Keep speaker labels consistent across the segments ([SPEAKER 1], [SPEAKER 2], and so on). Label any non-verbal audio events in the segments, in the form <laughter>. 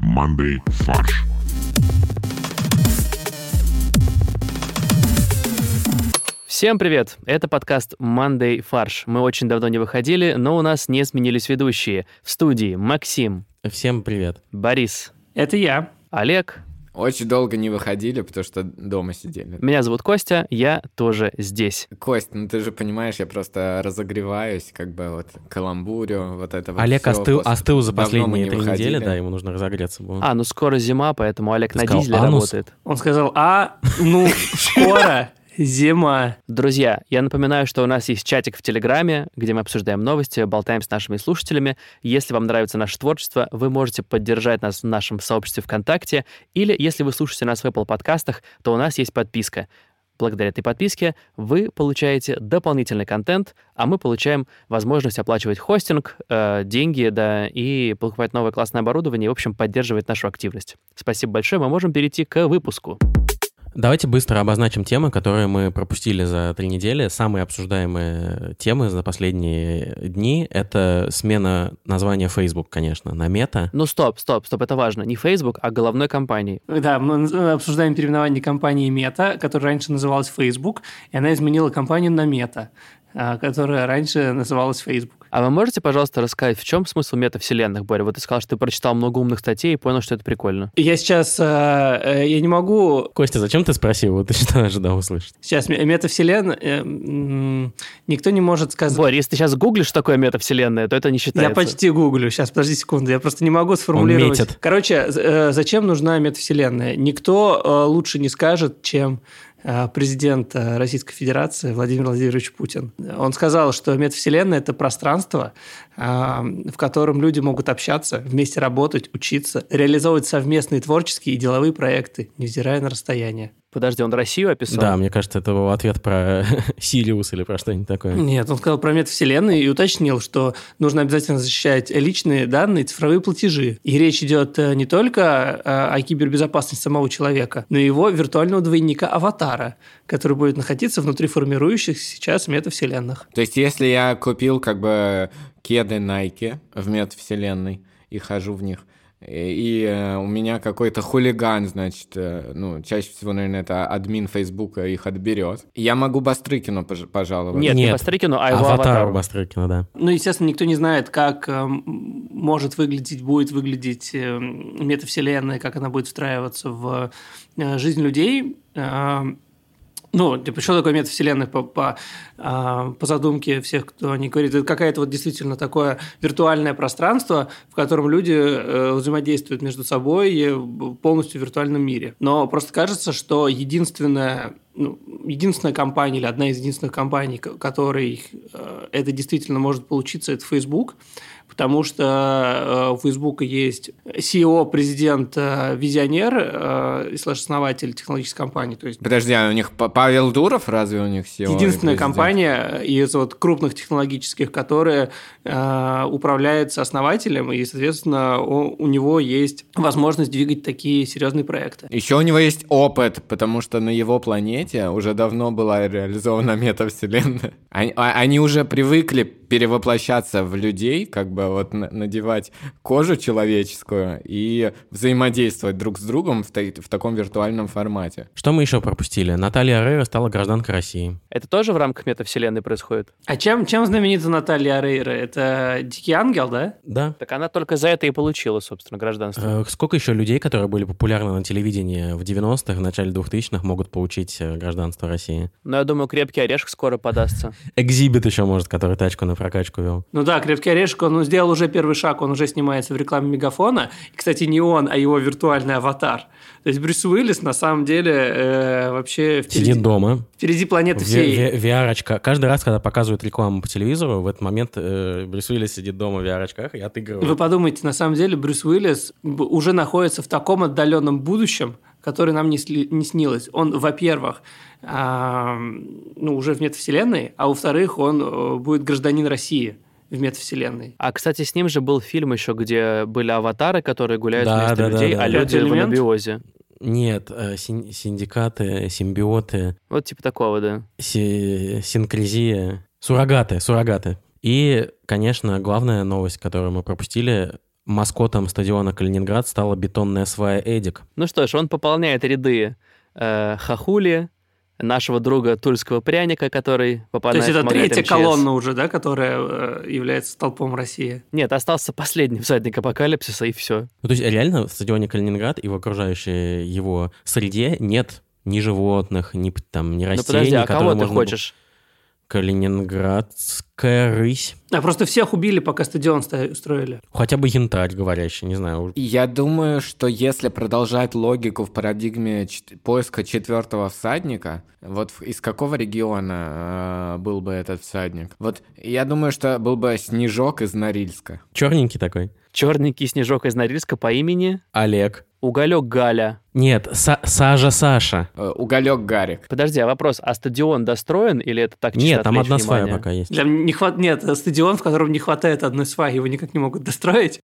[SPEAKER 1] Monday Fudge.
[SPEAKER 2] Всем привет! Это подкаст Monday Фарш. Мы очень давно не выходили, но у нас не сменились ведущие. В студии Максим,
[SPEAKER 3] Всем привет.
[SPEAKER 2] Борис,
[SPEAKER 4] Это я.
[SPEAKER 2] Олег.
[SPEAKER 5] Очень долго не выходили, потому что дома сидели.
[SPEAKER 2] Меня зовут Костя, я тоже здесь.
[SPEAKER 5] Кость, ну ты же понимаешь, я просто разогреваюсь, как бы вот каламбурю, вот это вот
[SPEAKER 3] Олег а
[SPEAKER 5] всё.
[SPEAKER 3] остыл,
[SPEAKER 5] После-
[SPEAKER 3] остыл за
[SPEAKER 5] давно мы
[SPEAKER 3] последние
[SPEAKER 5] не
[SPEAKER 3] три
[SPEAKER 5] выходили.
[SPEAKER 3] недели, да, ему нужно разогреться было.
[SPEAKER 2] А, ну скоро зима, поэтому Олег
[SPEAKER 3] Ты
[SPEAKER 2] на
[SPEAKER 3] сказал
[SPEAKER 2] дизеле
[SPEAKER 3] анус?
[SPEAKER 2] работает.
[SPEAKER 4] Он сказал, а, ну, скоро зима.
[SPEAKER 2] Друзья, я напоминаю, что у нас есть чатик в Телеграме, где мы обсуждаем новости, болтаем с нашими слушателями. Если вам нравится наше творчество, вы можете поддержать нас в нашем сообществе ВКонтакте, или если вы слушаете нас в Apple подкастах, то у нас есть подписка. Благодаря этой подписке вы получаете дополнительный контент, а мы получаем возможность оплачивать хостинг, э, деньги, да, и покупать новое классное оборудование, и, в общем, поддерживать нашу активность. Спасибо большое, мы можем перейти к выпуску.
[SPEAKER 3] Давайте быстро обозначим темы, которые мы пропустили за три недели. Самые обсуждаемые темы за последние дни — это смена названия Facebook, конечно, на мета.
[SPEAKER 2] Ну, стоп, стоп, стоп, это важно. Не Facebook, а головной компании.
[SPEAKER 4] Да, мы наз- обсуждаем переименование компании Мета, которая раньше называлась Facebook, и она изменила компанию на Мета, а, которая раньше называлась Facebook.
[SPEAKER 2] А вы можете, пожалуйста, рассказать, в чем смысл метавселенных, Боря? Вот ты сказал, что ты прочитал много умных статей и понял, что это прикольно.
[SPEAKER 4] Я сейчас, э, э, я не могу...
[SPEAKER 3] Костя, зачем ты спросил? Вот ты что ожидал услышать?
[SPEAKER 4] Сейчас ме- метавселенная... э, м, никто не может сказать...
[SPEAKER 2] Боря, если ты сейчас гуглишь, что такое метавселенная, то это не считается.
[SPEAKER 4] Я почти гуглю. Сейчас, подожди секунду. Я просто не могу сформулировать.
[SPEAKER 3] метит.
[SPEAKER 4] Короче, з- э, зачем нужна метавселенная? Никто э, лучше не скажет, чем э, президент э, Российской Федерации Владимир Владимирович Путин. Он сказал, что метавселенная – это пространство, э, в котором люди могут общаться, вместе работать, учиться, реализовывать совместные творческие и деловые проекты, невзирая на расстояние.
[SPEAKER 2] Подожди, он Россию описал?
[SPEAKER 3] Да, мне кажется, это был ответ про <laughs> Сириус или про что-нибудь такое.
[SPEAKER 4] Нет, он сказал про метавселенную и уточнил, что нужно обязательно защищать личные данные, и цифровые платежи. И речь идет э, не только э, о кибербезопасности самого человека, но и его виртуального двойника аватара, который будет находиться внутри формирующихся сейчас метавселенных.
[SPEAKER 5] То есть если я купил как бы кеды Nike в метавселенной и хожу в них, и, и, э, у меня какой-то хулиган, значит, э, ну, чаще всего, наверное, это админ Фейсбука их отберет. Я могу Бастрыкину пож- пожаловать.
[SPEAKER 2] Нет, не
[SPEAKER 3] Нет.
[SPEAKER 2] Бастрыкину, а его
[SPEAKER 3] Аватар
[SPEAKER 2] аватару.
[SPEAKER 3] Бастрыкина, да.
[SPEAKER 4] Ну, естественно, никто не знает, как э, м, может выглядеть, будет выглядеть э, м, метавселенная, как она будет встраиваться в э, жизнь людей. Э, ну, типа, что такое метавселенная по, по, а, по задумке всех, кто не говорит? Это какое-то вот действительно такое виртуальное пространство, в котором люди э, взаимодействуют между собой э, в полностью виртуальном мире. Но просто кажется, что единственная, ну, единственная компания или одна из единственных компаний, ко- которой э, это действительно может получиться, это Facebook, потому что э, у Facebook есть CEO, президент, э, визионер э, и слэш-основатель технологической компании, то есть
[SPEAKER 5] Подожди, а у них Па- Павел Дуров разве у них SEO?
[SPEAKER 4] Единственная
[SPEAKER 5] Президент?
[SPEAKER 4] компания из вот крупных технологических, которая э, управляется основателем, и, соответственно, о- у него есть возможность двигать такие серьезные проекты.
[SPEAKER 5] Еще у него есть опыт, потому что на его планете уже давно была реализована метавселенная. Они, а- они уже привыкли перевоплощаться в людей, как бы вот на- надевать кожу человеческую и взаимодействовать друг с другом в, та- в таком виртуальном формате.
[SPEAKER 3] Что мы еще пропустили? Наталья Рейра стала гражданкой России.
[SPEAKER 2] Это тоже в рамках метавселенной происходит?
[SPEAKER 4] А чем, чем знаменита Наталья Рейра? Это «Дикий ангел», да?
[SPEAKER 3] Да.
[SPEAKER 2] Так она только за это и получила, собственно, гражданство.
[SPEAKER 3] Э, Сколько еще людей, которые были популярны на телевидении в 90-х, в начале 2000-х, могут получить э, гражданство России?
[SPEAKER 2] Но я думаю, крепкий орешек скоро
[SPEAKER 3] <laughs>
[SPEAKER 2] подастся.
[SPEAKER 3] Экзибит еще, может, который тачку на прокачку вел.
[SPEAKER 4] Ну да, «Крепкий орешек», он сделал уже первый шаг, он уже снимается в рекламе Мегафона. И, кстати, не он, а его виртуальный аватар. То есть Брюс Уиллис на самом деле э, вообще впереди,
[SPEAKER 3] Сидит дома.
[SPEAKER 4] впереди планеты всей.
[SPEAKER 3] Виарочка. Каждый раз, когда показывают рекламу по телевизору, в этот момент э, Брюс Уиллис сидит дома в VR-очках и отыгрывает.
[SPEAKER 4] Вы подумайте, на самом деле Брюс Уиллис б- уже находится в таком отдаленном будущем, которое нам не, сли- не снилось. Он, во-первых, а, ну, уже в метавселенной, а во-вторых, он э, будет гражданин России в метавселенной.
[SPEAKER 2] А, кстати, с ним же был фильм еще, где были аватары, которые гуляют
[SPEAKER 3] Да,
[SPEAKER 2] вместо
[SPEAKER 3] да, да,
[SPEAKER 2] людей, а
[SPEAKER 3] да, да.
[SPEAKER 2] люди в
[SPEAKER 4] Пятый элемент?
[SPEAKER 2] анабиозе.
[SPEAKER 3] Нет, э, син- синдикаты, симбиоты,
[SPEAKER 2] Вот типа такого, да.
[SPEAKER 3] си- синкрезия, суррогаты, суррогаты. И, конечно, главная новость, которую мы пропустили, маскотом стадиона Калининград стала бетонная свая Эдик.
[SPEAKER 2] Ну что ж, он пополняет ряды э, Хахули, нашего друга Тульского пряника, который
[SPEAKER 4] То
[SPEAKER 2] попадает
[SPEAKER 4] есть это
[SPEAKER 2] в магазин
[SPEAKER 4] третья
[SPEAKER 2] МЧС.
[SPEAKER 4] колонна уже, да, которая э, является столпом России.
[SPEAKER 2] Нет, остался последний всадник апокалипсиса, и все.
[SPEAKER 3] Ну, то есть реально в стадионе Калининград и в окружающей его среде нет ни животных, ни, п- там, ни
[SPEAKER 2] Ну
[SPEAKER 3] растений,
[SPEAKER 2] подожди, а
[SPEAKER 3] которые
[SPEAKER 2] кого ты
[SPEAKER 3] можно было-
[SPEAKER 2] хочешь?
[SPEAKER 3] Калининградская рысь.
[SPEAKER 4] А просто всех убили, пока стадион ста- строили.
[SPEAKER 3] Хотя бы янтарь говорящий, не знаю.
[SPEAKER 5] Я думаю, что если продолжать логику в парадигме чет- поиска четвертого всадника, вот в- из какого региона э, был бы этот всадник? Вот я думаю, что был бы Снежок из Норильска.
[SPEAKER 3] Черненький такой.
[SPEAKER 2] Черненький снежок из Норильска по имени
[SPEAKER 3] Олег.
[SPEAKER 2] Уголек Галя.
[SPEAKER 3] Нет, Са- Сажа Саша.
[SPEAKER 5] Э, Уголек Гарик.
[SPEAKER 2] Подожди, а вопрос, а стадион достроен или это так чисто
[SPEAKER 3] Нет, там
[SPEAKER 2] отвлечь
[SPEAKER 3] одна свая
[SPEAKER 2] внимание?
[SPEAKER 3] пока есть.
[SPEAKER 4] Для не хват... Нет, э, стадион, в котором не хватает одной сваи, его никак не могут достроить.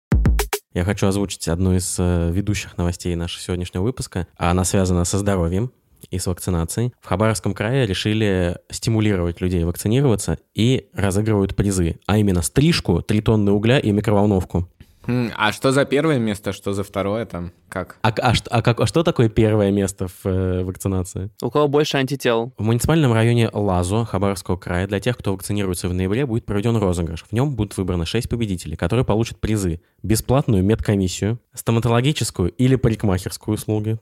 [SPEAKER 3] Я хочу озвучить одну из э, ведущих новостей нашего сегодняшнего выпуска. А Она связана со здоровьем и с вакцинацией. В Хабаровском крае решили стимулировать людей вакцинироваться и разыгрывают призы, а именно стрижку, три тонны угля и микроволновку.
[SPEAKER 5] Хм, а что за первое место, что за второе там? Как?
[SPEAKER 3] А, к- а что- а как- а что такое первое место в э, вакцинации?
[SPEAKER 2] У кого больше антител?
[SPEAKER 3] В муниципальном районе Лазо Хабаровского края для тех, кто вакцинируется в ноябре, будет проведен розыгрыш. В нем будут выбраны 6 победителей, которые получат призы. Бесплатную медкомиссию, стоматологическую или парикмахерскую услуги.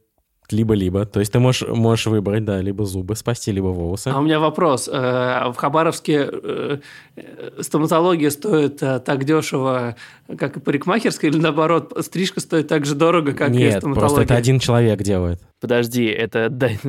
[SPEAKER 3] Либо-либо. То есть ты можешь, можешь выбрать, да, либо зубы спасти, либо волосы.
[SPEAKER 4] А у меня вопрос. Э, В Хабаровске э, э, стоматология стоит э, так дешево, как и парикмахерская, или наоборот, стрижка стоит так же дорого, как и
[SPEAKER 3] Нет, просто
[SPEAKER 4] стоматология?
[SPEAKER 3] это один человек делает.
[SPEAKER 2] Подожди, это <laughs> ден-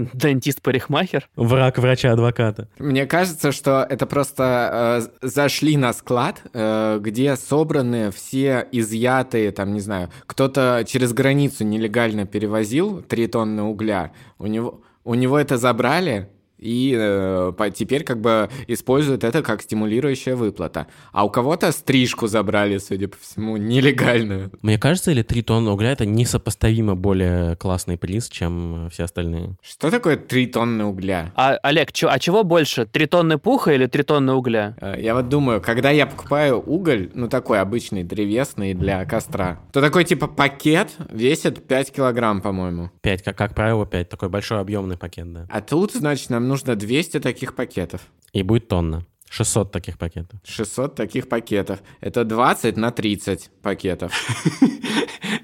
[SPEAKER 2] дантист-парикмахер?
[SPEAKER 3] Враг врача-адвоката.
[SPEAKER 5] Мне кажется, что это просто э, зашли на склад, э, где собраны все изъятые, там, не знаю, кто-то через границу нелегально перевозил 3 тонны угля, у него, у него это забрали, и э, по- теперь как бы используют это как стимулирующая выплата. А у кого-то стрижку забрали, судя по всему, нелегальную.
[SPEAKER 3] Мне кажется, или три тонны угля это несопоставимо более классный приз, чем э, все остальные.
[SPEAKER 5] Что такое 3 тонны угля?
[SPEAKER 2] А, Олег, чё- а чего больше, три тонны пуха или три тонны угля?
[SPEAKER 5] Э, Я вот думаю, когда я покупаю уголь, ну такой обычный, древесный для костра, то такой типа пакет весит 5 килограмм, по-моему.
[SPEAKER 3] Пять, как, как правило, пять. Такой большой объемный пакет, да.
[SPEAKER 5] А тут, значит, нам нужно 200 таких пакетов.
[SPEAKER 3] И будет тонна. 600 таких пакетов.
[SPEAKER 5] 600 таких пакетов. Это 20 на 30 пакетов.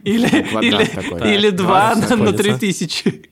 [SPEAKER 4] Или,
[SPEAKER 5] Ну, Квадрат
[SPEAKER 4] или,
[SPEAKER 5] такой.
[SPEAKER 4] или
[SPEAKER 3] Да,
[SPEAKER 4] два на,
[SPEAKER 3] двадцать
[SPEAKER 4] на
[SPEAKER 3] находится.
[SPEAKER 4] три тысячи.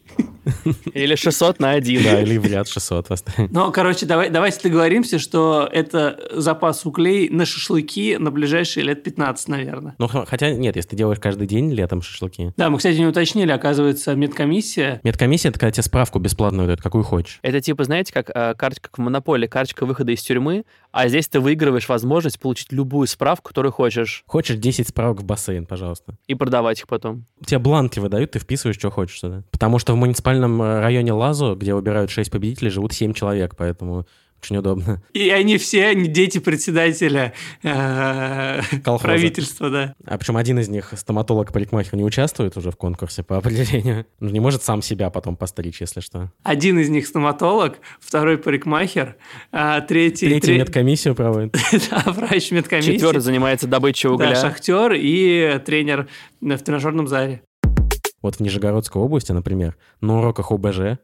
[SPEAKER 2] Или 600 на один? <laughs>
[SPEAKER 3] Да, или в ряд 600 поставить.
[SPEAKER 4] Ну, короче, давай, давайте договоримся, что это запас углей на шашлыки на ближайшие лет 15, наверное.
[SPEAKER 3] <laughs> Ну, х- хотя нет, если ты делаешь каждый день летом шашлыки.
[SPEAKER 4] Да, мы, кстати, не уточнили, оказывается, медкомиссия
[SPEAKER 3] Медкомиссия, это когда тебе справку бесплатную дают, какую хочешь.
[SPEAKER 2] Это типа, знаете, как э, карточка в монополии, карточка выхода из тюрьмы, а здесь ты выигрываешь возможность получить любую справку, которую хочешь,
[SPEAKER 3] Хочешь 10 справок в бассейн, пожалуйста.
[SPEAKER 2] и продавать их потом.
[SPEAKER 3] Тебе бланки выдают, ты вписываешь, что хочешь туда. Потому что в муниципальном э, районе Лазу, где выбирают 6 победителей, живут 7 человек, поэтому очень удобно. <laughs>
[SPEAKER 4] И они все, они дети председателя э,
[SPEAKER 3] Колхоза.
[SPEAKER 4] правительства, да.
[SPEAKER 3] А причем один из них, стоматолог-парикмахер, не участвует уже в конкурсе по определению. Ну, не может сам себя потом постричь, если что.
[SPEAKER 4] Один из них стоматолог, второй парикмахер, а третий,
[SPEAKER 3] Третий
[SPEAKER 4] тре-
[SPEAKER 3] медкомиссию проводит.
[SPEAKER 4] <laughs> да, врач медкомиссии,
[SPEAKER 2] Четвертый занимается добычей
[SPEAKER 4] да,
[SPEAKER 2] угля.
[SPEAKER 4] шахтер и тренер в тренажерном зале.
[SPEAKER 3] Вот в Нижегородской области, например, на уроках ОБЖ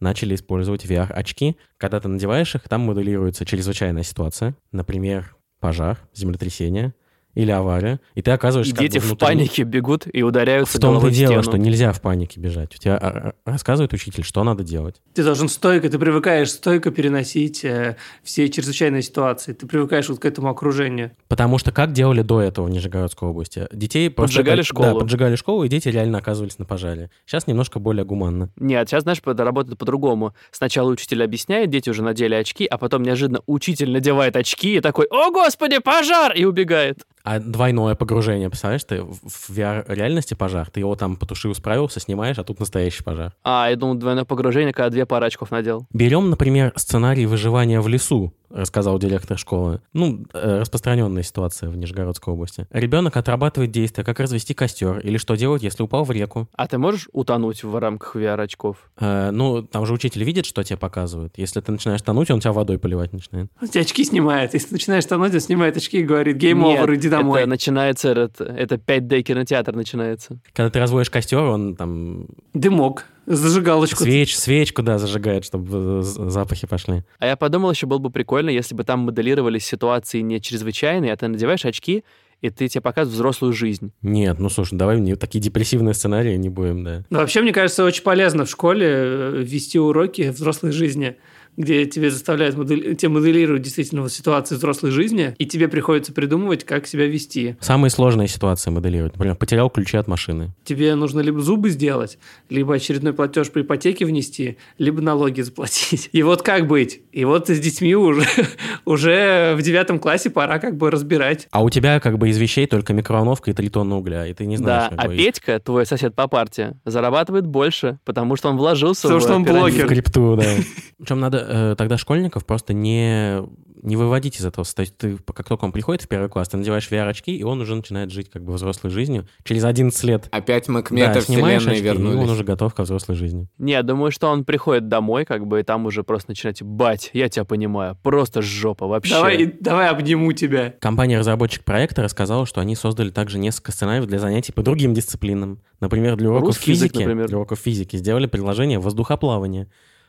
[SPEAKER 3] начали использовать VR-очки. Когда ты надеваешь их, там моделируется чрезвычайная ситуация. Например, пожар, землетрясение или авария. И ты оказываешься
[SPEAKER 2] и
[SPEAKER 3] как бы
[SPEAKER 2] дети в
[SPEAKER 3] внутри-
[SPEAKER 2] панике бегут и ударяются
[SPEAKER 3] В том-то
[SPEAKER 2] головой
[SPEAKER 3] и
[SPEAKER 2] в
[SPEAKER 3] дело,
[SPEAKER 2] стену.
[SPEAKER 3] что нельзя в панике бежать. У тебя а, а, рассказывает учитель, что надо делать.
[SPEAKER 4] Ты должен стойко, ты привыкаешь стойко переносить э, все чрезвычайные ситуации. Ты привыкаешь вот к этому окружению.
[SPEAKER 3] Потому что как делали до этого в Нижегородской области? Детей просто-
[SPEAKER 2] Поджигали
[SPEAKER 3] да,
[SPEAKER 2] школу.
[SPEAKER 3] поджигали школу, и дети реально оказывались на пожаре. Сейчас немножко более гуманно.
[SPEAKER 2] Нет, сейчас, знаешь, это работает по-другому. Сначала учитель объясняет, дети уже надели очки, а потом неожиданно учитель надевает очки и такой «О, господи, пожар!» и убегает.
[SPEAKER 3] А двойное погружение, представляешь, ты в в VR-реальности пожар, ты его там потушил, справился, снимаешь, а тут настоящий пожар.
[SPEAKER 2] А, я думал, двойное погружение, когда две пары очков надел.
[SPEAKER 3] Берем, например, сценарий выживания в лесу, рассказал директор школы. Ну, э, распространенная ситуация в Нижегородской области. Ребенок отрабатывает действия, как развести костер, или что делать, если упал в реку.
[SPEAKER 2] А ты можешь утонуть в рамках VR-очков?
[SPEAKER 3] Э, ну, там же учитель видит, что тебе показывают. Если ты начинаешь тонуть, он тебя водой поливать начинает.
[SPEAKER 4] Он тебе очки снимает. Если ты начинаешь тонуть, он снимает очки и говорит «Гейм
[SPEAKER 2] Нет,
[SPEAKER 4] овер, иди домой.
[SPEAKER 2] Это начинается, это, это 5D кинотеатр начинается.
[SPEAKER 3] Когда ты разводишь костер, он там
[SPEAKER 4] Дымок, зажигалочку.
[SPEAKER 3] свеч, свечку, да, зажигает, чтобы э, з- запахи пошли.
[SPEAKER 2] А я подумал, еще было бы прикольно, если бы там моделировались ситуации не чрезвычайные, а ты надеваешь очки, и ты тебе показывают взрослую жизнь.
[SPEAKER 3] Нет, ну слушай, давай не такие депрессивные сценарии не будем, да.
[SPEAKER 4] Но вообще, мне кажется, очень полезно в школе э, вести уроки взрослой жизни, где тебе заставляют, модели- тебе моделируют действительно вот ситуации взрослой жизни, и тебе приходится придумывать, как себя вести.
[SPEAKER 3] Самые сложные ситуации моделируют. Например, потерял ключи от машины.
[SPEAKER 4] Тебе нужно либо зубы сделать, либо очередной платеж по ипотеке внести, либо налоги заплатить. <laughs> И вот как быть? И вот с детьми уже, <laughs> уже в девятом классе пора как бы разбирать.
[SPEAKER 3] А у тебя как бы из вещей только микроволновка и три тонны угля, и ты не знаешь,
[SPEAKER 2] да,
[SPEAKER 3] как
[SPEAKER 2] а
[SPEAKER 3] бы,
[SPEAKER 2] Петька, твой сосед по парте, зарабатывает больше, потому что он вложился
[SPEAKER 4] Потому
[SPEAKER 2] в
[SPEAKER 4] что он
[SPEAKER 2] пирамиду.
[SPEAKER 4] блогер.
[SPEAKER 3] в крипту, да. Причем надо э, тогда школьников просто не, не выводить из этого. То есть ты, как только он приходит в первый класс, ты надеваешь VR-очки, и он уже начинает жить как бы взрослой жизнью. Через 11 лет
[SPEAKER 5] Опять мы к
[SPEAKER 3] да, снимаешь
[SPEAKER 5] метавселенной
[SPEAKER 3] очки, и он
[SPEAKER 5] вернулись.
[SPEAKER 3] уже готов ко взрослой жизни.
[SPEAKER 2] Не, я думаю, что он приходит домой, как бы, и там уже просто начинает, типа, бать, я тебя понимаю, просто жопа вообще.
[SPEAKER 4] Давай, давай обниму тебя.
[SPEAKER 3] Компания-разработчик проекта рассказала, что они создали также несколько сценариев для занятий по другим дисциплинам. Например, для уроков
[SPEAKER 2] Русский язык,
[SPEAKER 3] физики,
[SPEAKER 2] например.
[SPEAKER 3] для уроков физики сделали приложение воздухоплавания,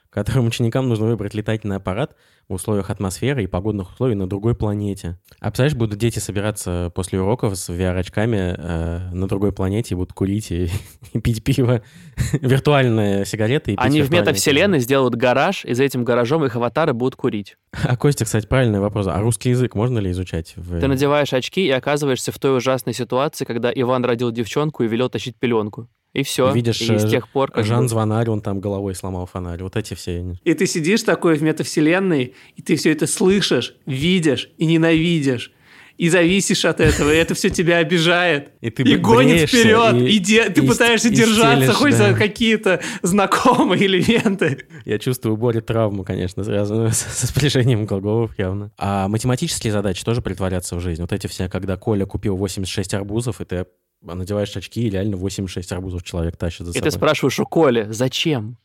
[SPEAKER 3] в котором ученикам нужно выбрать летательный аппарат в условиях атмосферы и погодных условий на другой планете. А представляешь, будут дети собираться после уроков с VR-очками э, на другой планете и будут курить и, <laughs> и пить пиво, <laughs> виртуальные сигареты и пить
[SPEAKER 2] Они в
[SPEAKER 3] виртуальное пиво.
[SPEAKER 2] метавселенной сделают гараж, и за этим гаражом их аватары будут курить.
[SPEAKER 3] А Костя, кстати, правильный вопрос. А русский язык можно ли изучать? в-
[SPEAKER 2] Ты надеваешь очки и оказываешься в той ужасной ситуации, когда Иван родил девчонку и велел тащить пеленку. И все.
[SPEAKER 3] Видишь,
[SPEAKER 2] и
[SPEAKER 3] э,
[SPEAKER 2] с тех пор, как бы-
[SPEAKER 3] Жан Звонарь, он там головой сломал фонарь. Вот эти все. они.
[SPEAKER 4] И ты сидишь такой в метавселенной, и ты все это слышишь, видишь и ненавидишь. И зависишь от этого, и это все тебя обижает.
[SPEAKER 3] И ты
[SPEAKER 4] гонит
[SPEAKER 3] бреешься,
[SPEAKER 4] вперед,
[SPEAKER 3] и-
[SPEAKER 4] и, де- ты
[SPEAKER 3] и
[SPEAKER 4] пытаешься
[SPEAKER 3] ст- и
[SPEAKER 4] держаться
[SPEAKER 3] стелишь,
[SPEAKER 4] хоть
[SPEAKER 3] да.
[SPEAKER 4] за какие-то знакомые <laughs> элементы.
[SPEAKER 3] Я чувствую у Бори травму, конечно, связанную <laughs> с- со сближением глаголов явно. А математические задачи тоже притворятся в жизнь. Вот эти все, когда Коля купил 86 арбузов, и ты надеваешь очки, и реально 86 арбузов человек тащит
[SPEAKER 2] И
[SPEAKER 3] за собой.
[SPEAKER 2] ты спрашиваешь у Коли, зачем?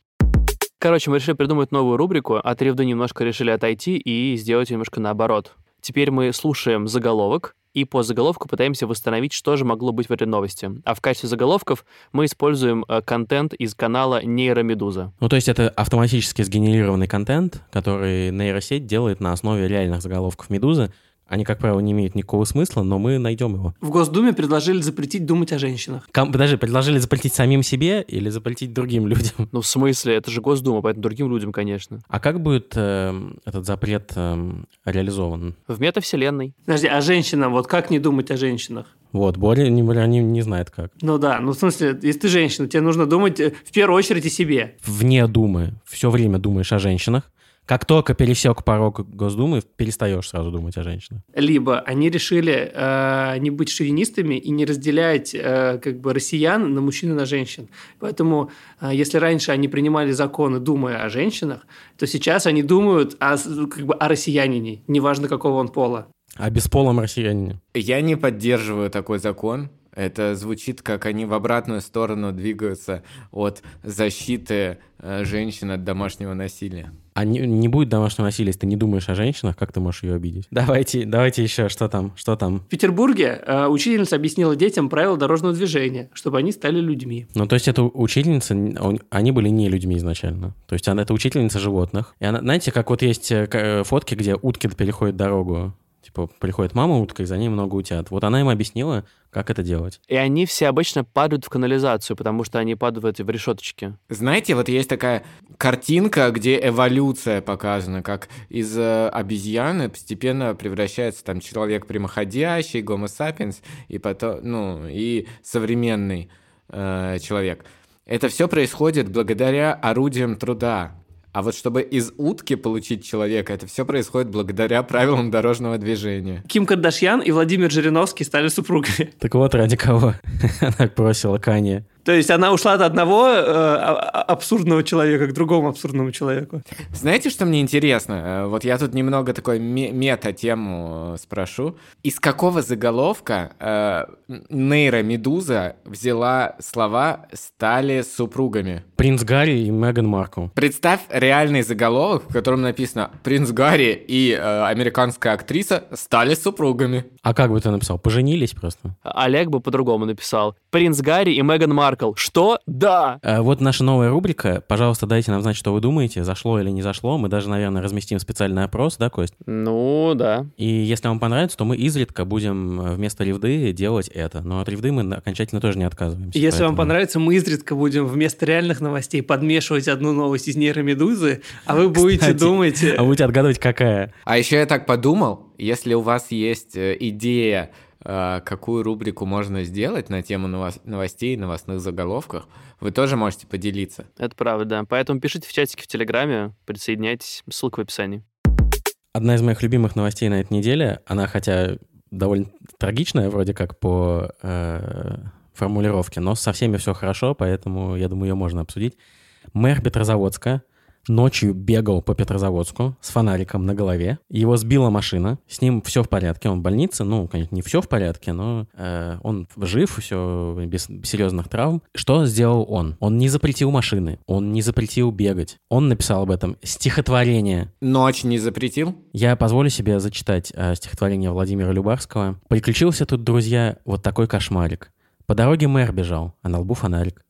[SPEAKER 2] Короче, мы решили придумать новую рубрику, от ревды немножко решили отойти и сделать её немножко наоборот. Теперь мы слушаем заголовок, и по заголовку пытаемся восстановить, что же могло быть в этой новости. А в качестве заголовков мы используем э, контент из канала Нейромедуза.
[SPEAKER 3] Ну, то есть это автоматически сгенерированный контент, который нейросеть делает на основе реальных заголовков «Медузы». Они, как правило, не имеют никакого смысла, но мы найдем его.
[SPEAKER 4] В Госдуме предложили запретить думать о женщинах.
[SPEAKER 3] Ком- подожди, предложили запретить самим себе или запретить другим людям?
[SPEAKER 2] Ну, в смысле, это же Госдума, поэтому другим людям, конечно.
[SPEAKER 3] А как будет эм, этот запрет эм, реализован?
[SPEAKER 2] В метавселенной.
[SPEAKER 4] Подожди, а женщинам, вот как не думать о женщинах?
[SPEAKER 3] Вот, Боря не, Боря не, не знает как.
[SPEAKER 4] Ну да, ну в смысле, если ты женщина, тебе нужно думать э, в первую очередь о себе.
[SPEAKER 3] Вне думы, все время думаешь о женщинах. Как только пересек порог Госдумы, перестаешь сразу думать о женщинах.
[SPEAKER 4] либо они решили э, не быть шовинистами и не разделять э, как бы россиян на мужчин и на женщин. Поэтому, э, если раньше они принимали законы, думая о женщинах, то сейчас они думают о, с- как бы о россиянине, неважно какого он пола.
[SPEAKER 3] А бесполом россиянине.
[SPEAKER 5] Я не поддерживаю такой закон. Это звучит, как они в обратную сторону двигаются от защиты э, женщин от домашнего насилия.
[SPEAKER 3] А не, не будет домашнего насилия, если ты не думаешь о женщинах, как ты можешь ее обидеть? Давайте, давайте еще, что там, что там?
[SPEAKER 4] В Петербурге э, учительница объяснила детям правила дорожного движения, чтобы они стали людьми.
[SPEAKER 3] Ну, то есть это учительница, он- они были не людьми изначально. То есть она это учительница животных. И она, знаете, как вот есть э, к- э, фотки, где утки переходят дорогу. Типа, приходит мама утка, и за ней много утят. Вот она им объяснила, как это делать.
[SPEAKER 2] И они все обычно падают в канализацию, потому что они падают в эти в решеточки.
[SPEAKER 5] Знаете, вот есть такая картинка, где эволюция показана, как из э, обезьяны постепенно превращается там человек прямоходящий, гомо сапиенс, и потом, ну, и современный э, человек. Это все происходит благодаря орудиям труда. А вот чтобы из утки получить человека, это все происходит благодаря правилам дорожного движения.
[SPEAKER 4] Ким Кардашьян и Владимир Жириновский стали супругами. <laughs>
[SPEAKER 3] <laughs> Так вот, ради кого она бросила Канье.
[SPEAKER 4] То есть она ушла от одного э, а- абсурдного человека к другому абсурдному человеку.
[SPEAKER 5] Знаете, что мне интересно? Э, Вот я тут немного такой ме- мета-тему э, спрошу. Из какого заголовка э, н- нейромедуза взяла слова «стали супругами»?
[SPEAKER 3] Принц Гарри и Меган Маркл.
[SPEAKER 5] Представь реальный заголовок, в котором написано «Принц Гарри и э, американская актриса стали супругами».
[SPEAKER 3] А как бы ты написал? Поженились просто.
[SPEAKER 2] А Олег бы по-другому написал. Принц Гарри и Меган Маркл. Что? Да!
[SPEAKER 3] Э, Вот наша новая рубрика. Пожалуйста, дайте нам знать, что вы думаете, зашло или не зашло. Мы даже, наверное, разместим специальный опрос, да, Кость?
[SPEAKER 2] Ну, да.
[SPEAKER 3] И если вам понравится, то мы изредка будем э, вместо ревды делать это. Но от ревды мы на- окончательно тоже не отказываемся.
[SPEAKER 4] Если вам
[SPEAKER 3] поэтому-
[SPEAKER 4] понравится, мы изредка будем вместо реальных новостей подмешивать одну новость из нейромедузы, а вы будете
[SPEAKER 3] Кстати,
[SPEAKER 4] думать... э,
[SPEAKER 3] А будете отгадывать, какая?
[SPEAKER 5] А еще я так подумал, если у вас есть э, идея, э, какую рубрику можно сделать на тему новос- новостей и новостных заголовках, вы тоже можете поделиться.
[SPEAKER 2] Это правда, да. Поэтому пишите в чатике в Телеграме, присоединяйтесь. Ссылка в описании.
[SPEAKER 3] Одна из моих любимых новостей на этой неделе, она хотя довольно трагичная вроде как по э, формулировке, но со всеми все хорошо, поэтому я думаю, ее можно обсудить. Мэр Петрозаводска ночью бегал по Петрозаводску с фонариком на голове. Его сбила машина, с ним все в порядке, он в больнице, ну, конечно, не все в порядке, но э, он жив, все без серьезных травм. Что сделал он? Он не запретил машины, он не запретил бегать, он написал об этом стихотворение,
[SPEAKER 5] Ночь не запретил?
[SPEAKER 3] я позволю себе зачитать э, стихотворение Владимира Любарского. «Приключился тут, друзья, вот такой кошмарик. По дороге мэр бежал, а на лбу фонарик.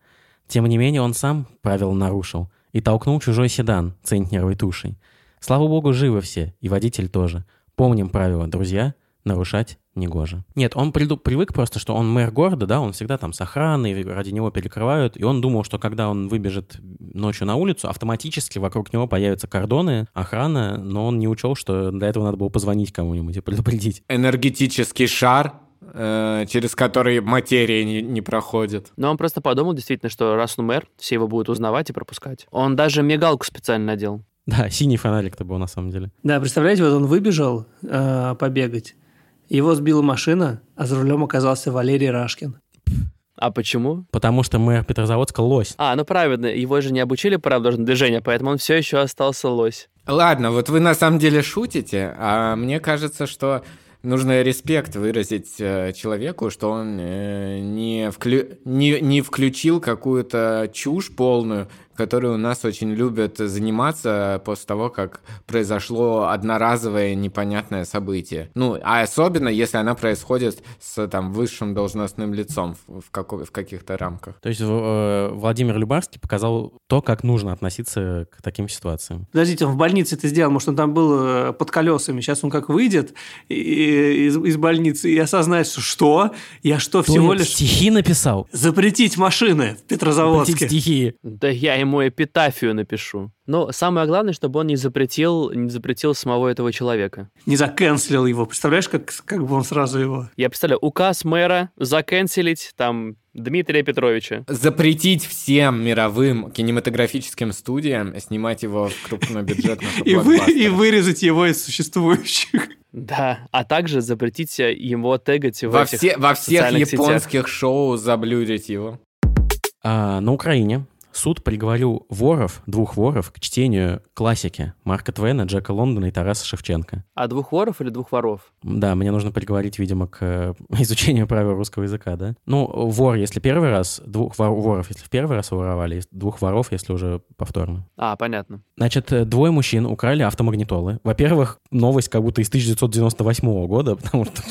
[SPEAKER 3] Тем не менее он сам правила нарушил и толкнул чужой седан центнеровой тушей. Слава богу, живы все, и водитель тоже. Помним правила, друзья, нарушать негоже. Нет, он приду- привык просто, что он мэр города, да, он всегда там с охраной, ради него перекрывают, и он думал, что когда он выбежит ночью на улицу, автоматически вокруг него появятся кордоны, охрана, но он не учел, что для этого надо было позвонить кому-нибудь и предупредить. <laughs>
[SPEAKER 5] Энергетический шар, э, через который материя не, не проходит.
[SPEAKER 2] Но он просто подумал, действительно, что раз он мэр, все его будут узнавать и пропускать. Он даже мигалку специально надел.
[SPEAKER 3] Да, синий фонарик-то был на самом деле.
[SPEAKER 4] Да, представляете, вот он выбежал э, побегать, его сбила машина, а за рулем оказался Валерий Рашкин.
[SPEAKER 2] А почему?
[SPEAKER 3] Потому что мэр Петрозаводска лось.
[SPEAKER 2] А, ну правильно, его же не обучили правда движения, поэтому он все еще остался лось.
[SPEAKER 5] Ладно, вот вы на самом деле шутите, а мне кажется, что нужно респект выразить э, человеку, что он э, не, вклю- не, не включил какую-то чушь полную, которую у нас очень любят заниматься после того, как произошло одноразовое непонятное событие. Ну, а особенно, если она происходит с там, высшим должностным лицом в, в како- в каких-то рамках.
[SPEAKER 3] То есть э, Владимир Любарский показал то, как нужно относиться к таким ситуациям.
[SPEAKER 4] Подождите, он в больнице это сделал, может, он там был э, под колесами. Сейчас он как выйдет и- и- из, из больницы и осознает, что что? Я что, всего
[SPEAKER 3] Ты
[SPEAKER 4] лишь...
[SPEAKER 3] стихи написал?
[SPEAKER 4] Запретить машины в Петрозаводске.
[SPEAKER 3] Стихи.
[SPEAKER 2] Да я ему эпитафию напишу. Но самое главное, чтобы он не запретил, не запретил самого этого человека.
[SPEAKER 4] Не заканцелил его. Представляешь, как, как бы он сразу его...
[SPEAKER 2] Я представляю, указ мэра заканцелить там Дмитрия Петровича.
[SPEAKER 5] Запретить всем мировым кинематографическим студиям снимать его в крупнобюджетных
[SPEAKER 4] И, вы, и
[SPEAKER 5] блокбастерах.
[SPEAKER 4] вырезать его из существующих.
[SPEAKER 2] Да, а также запретить э, его тегать в
[SPEAKER 5] во,
[SPEAKER 2] этих...
[SPEAKER 5] все, во всех
[SPEAKER 2] социальных сетях.
[SPEAKER 5] японских шоу заблюдить его.
[SPEAKER 3] А, на Украине суд приговорил воров, двух воров, к чтению классики Марка Твена, Джека Лондона и Тараса Шевченко.
[SPEAKER 2] А двух воров или двух воров?
[SPEAKER 3] Да, мне нужно приговорить, видимо, к э, <laughs> изучению правил русского языка, да? Ну, вор, если первый раз, двух вор- воров, если в первый раз воровали, и двух воров, если уже повторно.
[SPEAKER 2] А, понятно.
[SPEAKER 3] Значит, э, двое мужчин украли автомагнитолы. Во-первых, новость как будто из 1998 года, <laughs> потому что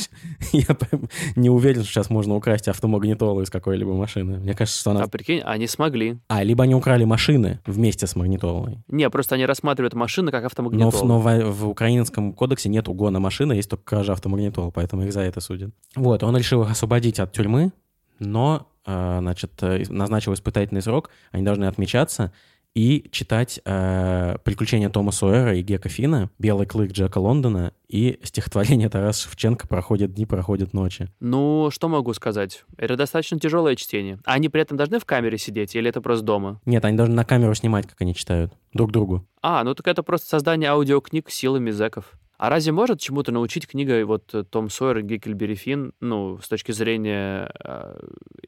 [SPEAKER 3] я прям не уверен, что сейчас можно украсть автомагнитолу из какой-либо машины. Мне кажется, что она
[SPEAKER 2] А прикинь, они смогли.
[SPEAKER 3] А, либо они украли машины вместе с магнитолой.
[SPEAKER 2] Не, просто они рассматривают машины как
[SPEAKER 3] Но,
[SPEAKER 2] автомагнитолы.
[SPEAKER 3] в, но в, в украинском кодексе нет угона машины, есть только кража автомагнитола, поэтому их за это судят. Вот, он решил их освободить от тюрьмы, но, э, значит, э, назначил испытательный срок, они должны отмечаться и читать э, «Приключения Тома Сойера» и Гека Фина, «Белый клык» Джека Лондона и стихотворение Тараса Шевченко «Проходят дни, проходят ночи».
[SPEAKER 2] Ну, что могу сказать? Это достаточно тяжелое чтение. А они при этом должны в камере сидеть или это просто дома?
[SPEAKER 3] Нет, они должны на камеру снимать, как они читают, друг другу.
[SPEAKER 2] А, ну так это просто создание аудиокниг силами зэков. А разве может чему-то научить книга вот э, Том Сойер и Геккельбери Финн, ну, с точки зрения э,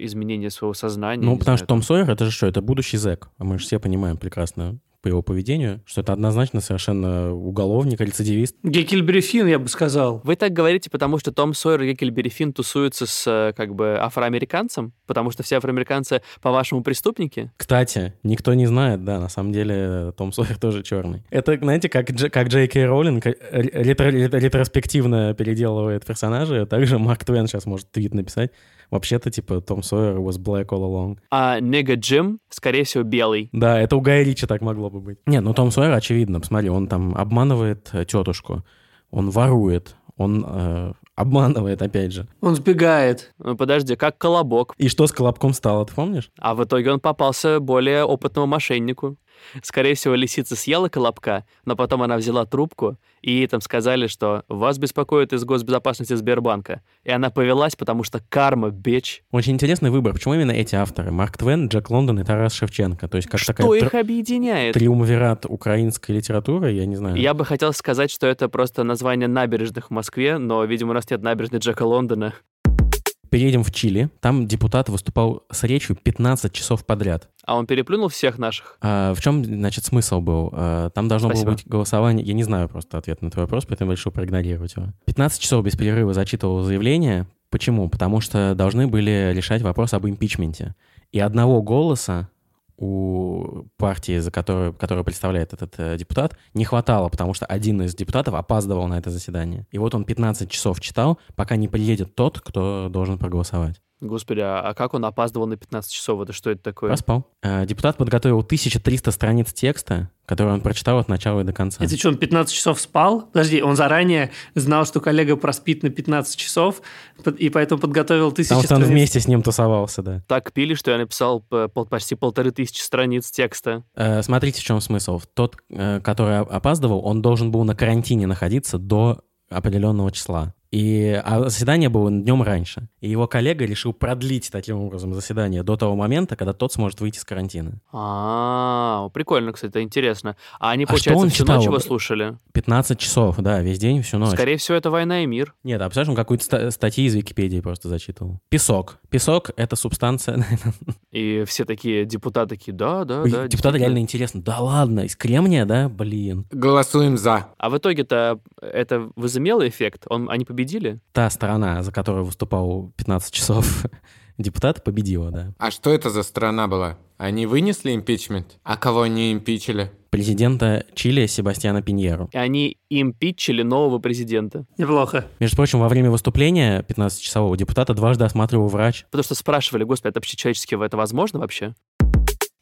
[SPEAKER 2] изменения своего сознания?
[SPEAKER 3] Ну,
[SPEAKER 2] не знаю,
[SPEAKER 3] потому что Том Сойер, это же что, это будущий зэк. А мы же все понимаем прекрасно по его поведению, что это однозначно совершенно уголовник, рецидивист.
[SPEAKER 4] Геккельбери Финн, я бы сказал.
[SPEAKER 2] Вы так говорите, потому что Том Сойер и Геккельбери Финн тусуются с э, как бы афроамериканцем? Потому что все афроамериканцы, по-вашему, преступники?
[SPEAKER 3] Кстати, никто не знает, да, на самом деле э, Том Сойер <laughs> тоже черный. Это, знаете, как, Дж- как Джей Кей Роулинг э, ретро- ретро- ретроспективно переделывает персонажа, а также Марк Твен сейчас может твит написать. Вообще-то, типа, Том Сойер was black all along.
[SPEAKER 2] А Нега Джим, скорее всего, белый.
[SPEAKER 3] Да, это у Гая Ричи так могло бы быть. Нет, ну Том Сойер, очевидно, посмотри, он там обманывает э, тетушку, он ворует, он э, обманывает, опять же.
[SPEAKER 4] Он сбегает.
[SPEAKER 2] Ну, подожди, как Колобок.
[SPEAKER 3] И что с Колобком стало, ты помнишь?
[SPEAKER 2] А в итоге он попался более опытному мошеннику. Скорее всего, лисица съела Колобка, но потом она взяла трубку, и ей там сказали, что «вас беспокоит из госбезопасности Сбербанка». И она повелась, потому что карма, бич.
[SPEAKER 3] Очень интересный выбор. Почему именно эти авторы? Марк Твен, Джек Лондон и Тарас Шевченко. То есть как
[SPEAKER 2] Что
[SPEAKER 3] такая
[SPEAKER 2] их
[SPEAKER 3] тр-
[SPEAKER 2] объединяет?
[SPEAKER 3] триумвират украинской литературы, я не знаю.
[SPEAKER 2] Я бы хотел сказать, что это просто название набережных в Москве, но, видимо, у нас нет набережной Джека Лондона.
[SPEAKER 3] Переедем в Чили. Там депутат выступал с речью 15 часов подряд.
[SPEAKER 2] А он переплюнул всех наших.
[SPEAKER 3] А, в чем, значит, смысл был? А, там должно
[SPEAKER 2] Спасибо.
[SPEAKER 3] было быть голосование. Я не знаю просто ответ на твой вопрос, поэтому решил проигнорировать его. 15 часов без перерыва зачитывал заявление. Почему? Потому что должны были решать вопрос об импичменте. И одного голоса у партии, за которую, которую представляет этот э, депутат, не хватало, потому что один из депутатов опаздывал на это заседание. И вот он 15 часов читал, пока не приедет тот, кто должен проголосовать.
[SPEAKER 2] Господи, а а как он опаздывал на 15 часов? Это что это такое?
[SPEAKER 3] Проспал. Э, Депутат подготовил 1300 страниц текста, который он прочитал от начала и до конца.
[SPEAKER 4] Это что, он 15 часов спал? Подожди, он заранее знал, что коллега проспит на 15 часов, под- и поэтому подготовил тысячи
[SPEAKER 3] Потому что он
[SPEAKER 4] страниц.
[SPEAKER 3] вместе с ним тусовался, да.
[SPEAKER 2] Так пили, что я написал п- пол- почти полторы тысячи страниц текста.
[SPEAKER 3] Э, Смотрите, в чем смысл. Тот, э, который оп- опаздывал, он должен был на карантине находиться до определенного числа. И, а заседание было днем раньше. И его коллега решил продлить таким образом заседание до того момента, когда тот сможет выйти из карантина.
[SPEAKER 2] А, прикольно, кстати, это интересно. А они,
[SPEAKER 3] А что
[SPEAKER 2] получается,
[SPEAKER 3] он
[SPEAKER 2] всю ночь
[SPEAKER 3] читал?
[SPEAKER 2] его слушали?
[SPEAKER 3] 15 часов, да, весь день, всю ночь.
[SPEAKER 2] Скорее всего, это «Война и мир».
[SPEAKER 3] Нет, а представляешь, он какую-то ста- статьи из Википедии просто зачитывал. Песок. Песок — это субстанция... <laughs>
[SPEAKER 2] И все такие депутаты такие, да, да, Ну да.
[SPEAKER 3] Ой, Депутаты
[SPEAKER 2] действительно».
[SPEAKER 3] реально интересно. Да ладно, из кремния, да? Блин.
[SPEAKER 5] Голосуем за.
[SPEAKER 2] А в итоге-то это возымело эффект? Он, они победили?
[SPEAKER 3] Та сторона, за которую выступал 15 часов <laughs> депутат, победила, да.
[SPEAKER 5] А что это за страна была? Они вынесли импичмент? А кого они импичили?
[SPEAKER 3] президента Чили Себастьяна Пиньеру.
[SPEAKER 2] И они импичили нового президента.
[SPEAKER 4] Неплохо.
[SPEAKER 3] Между прочим, во время выступления 15-часового депутата дважды осматривал врач.
[SPEAKER 2] Потому что спрашивали, господи, это общечеловечески это возможно вообще?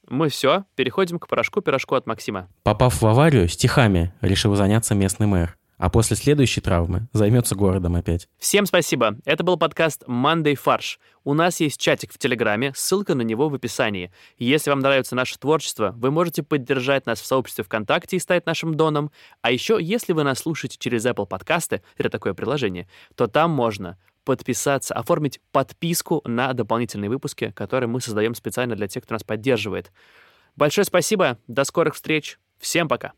[SPEAKER 2] Мы все, переходим к порошку-пирожку от Максима.
[SPEAKER 3] Попав в аварию, стихами решил заняться местный мэр. А после следующей травмы займется городом опять.
[SPEAKER 2] Всем спасибо. Это был подкаст Monday Фарш. У нас есть чатик в Телеграме, ссылка на него в описании. Если вам нравится наше творчество, вы можете поддержать нас в сообществе ВКонтакте и стать нашим доном. А еще, если вы нас слушаете через Apple подкасты, это такое приложение, то там можно подписаться, оформить подписку на дополнительные выпуски, которые мы создаем специально для тех, кто нас поддерживает. Большое спасибо, до скорых встреч, всем пока!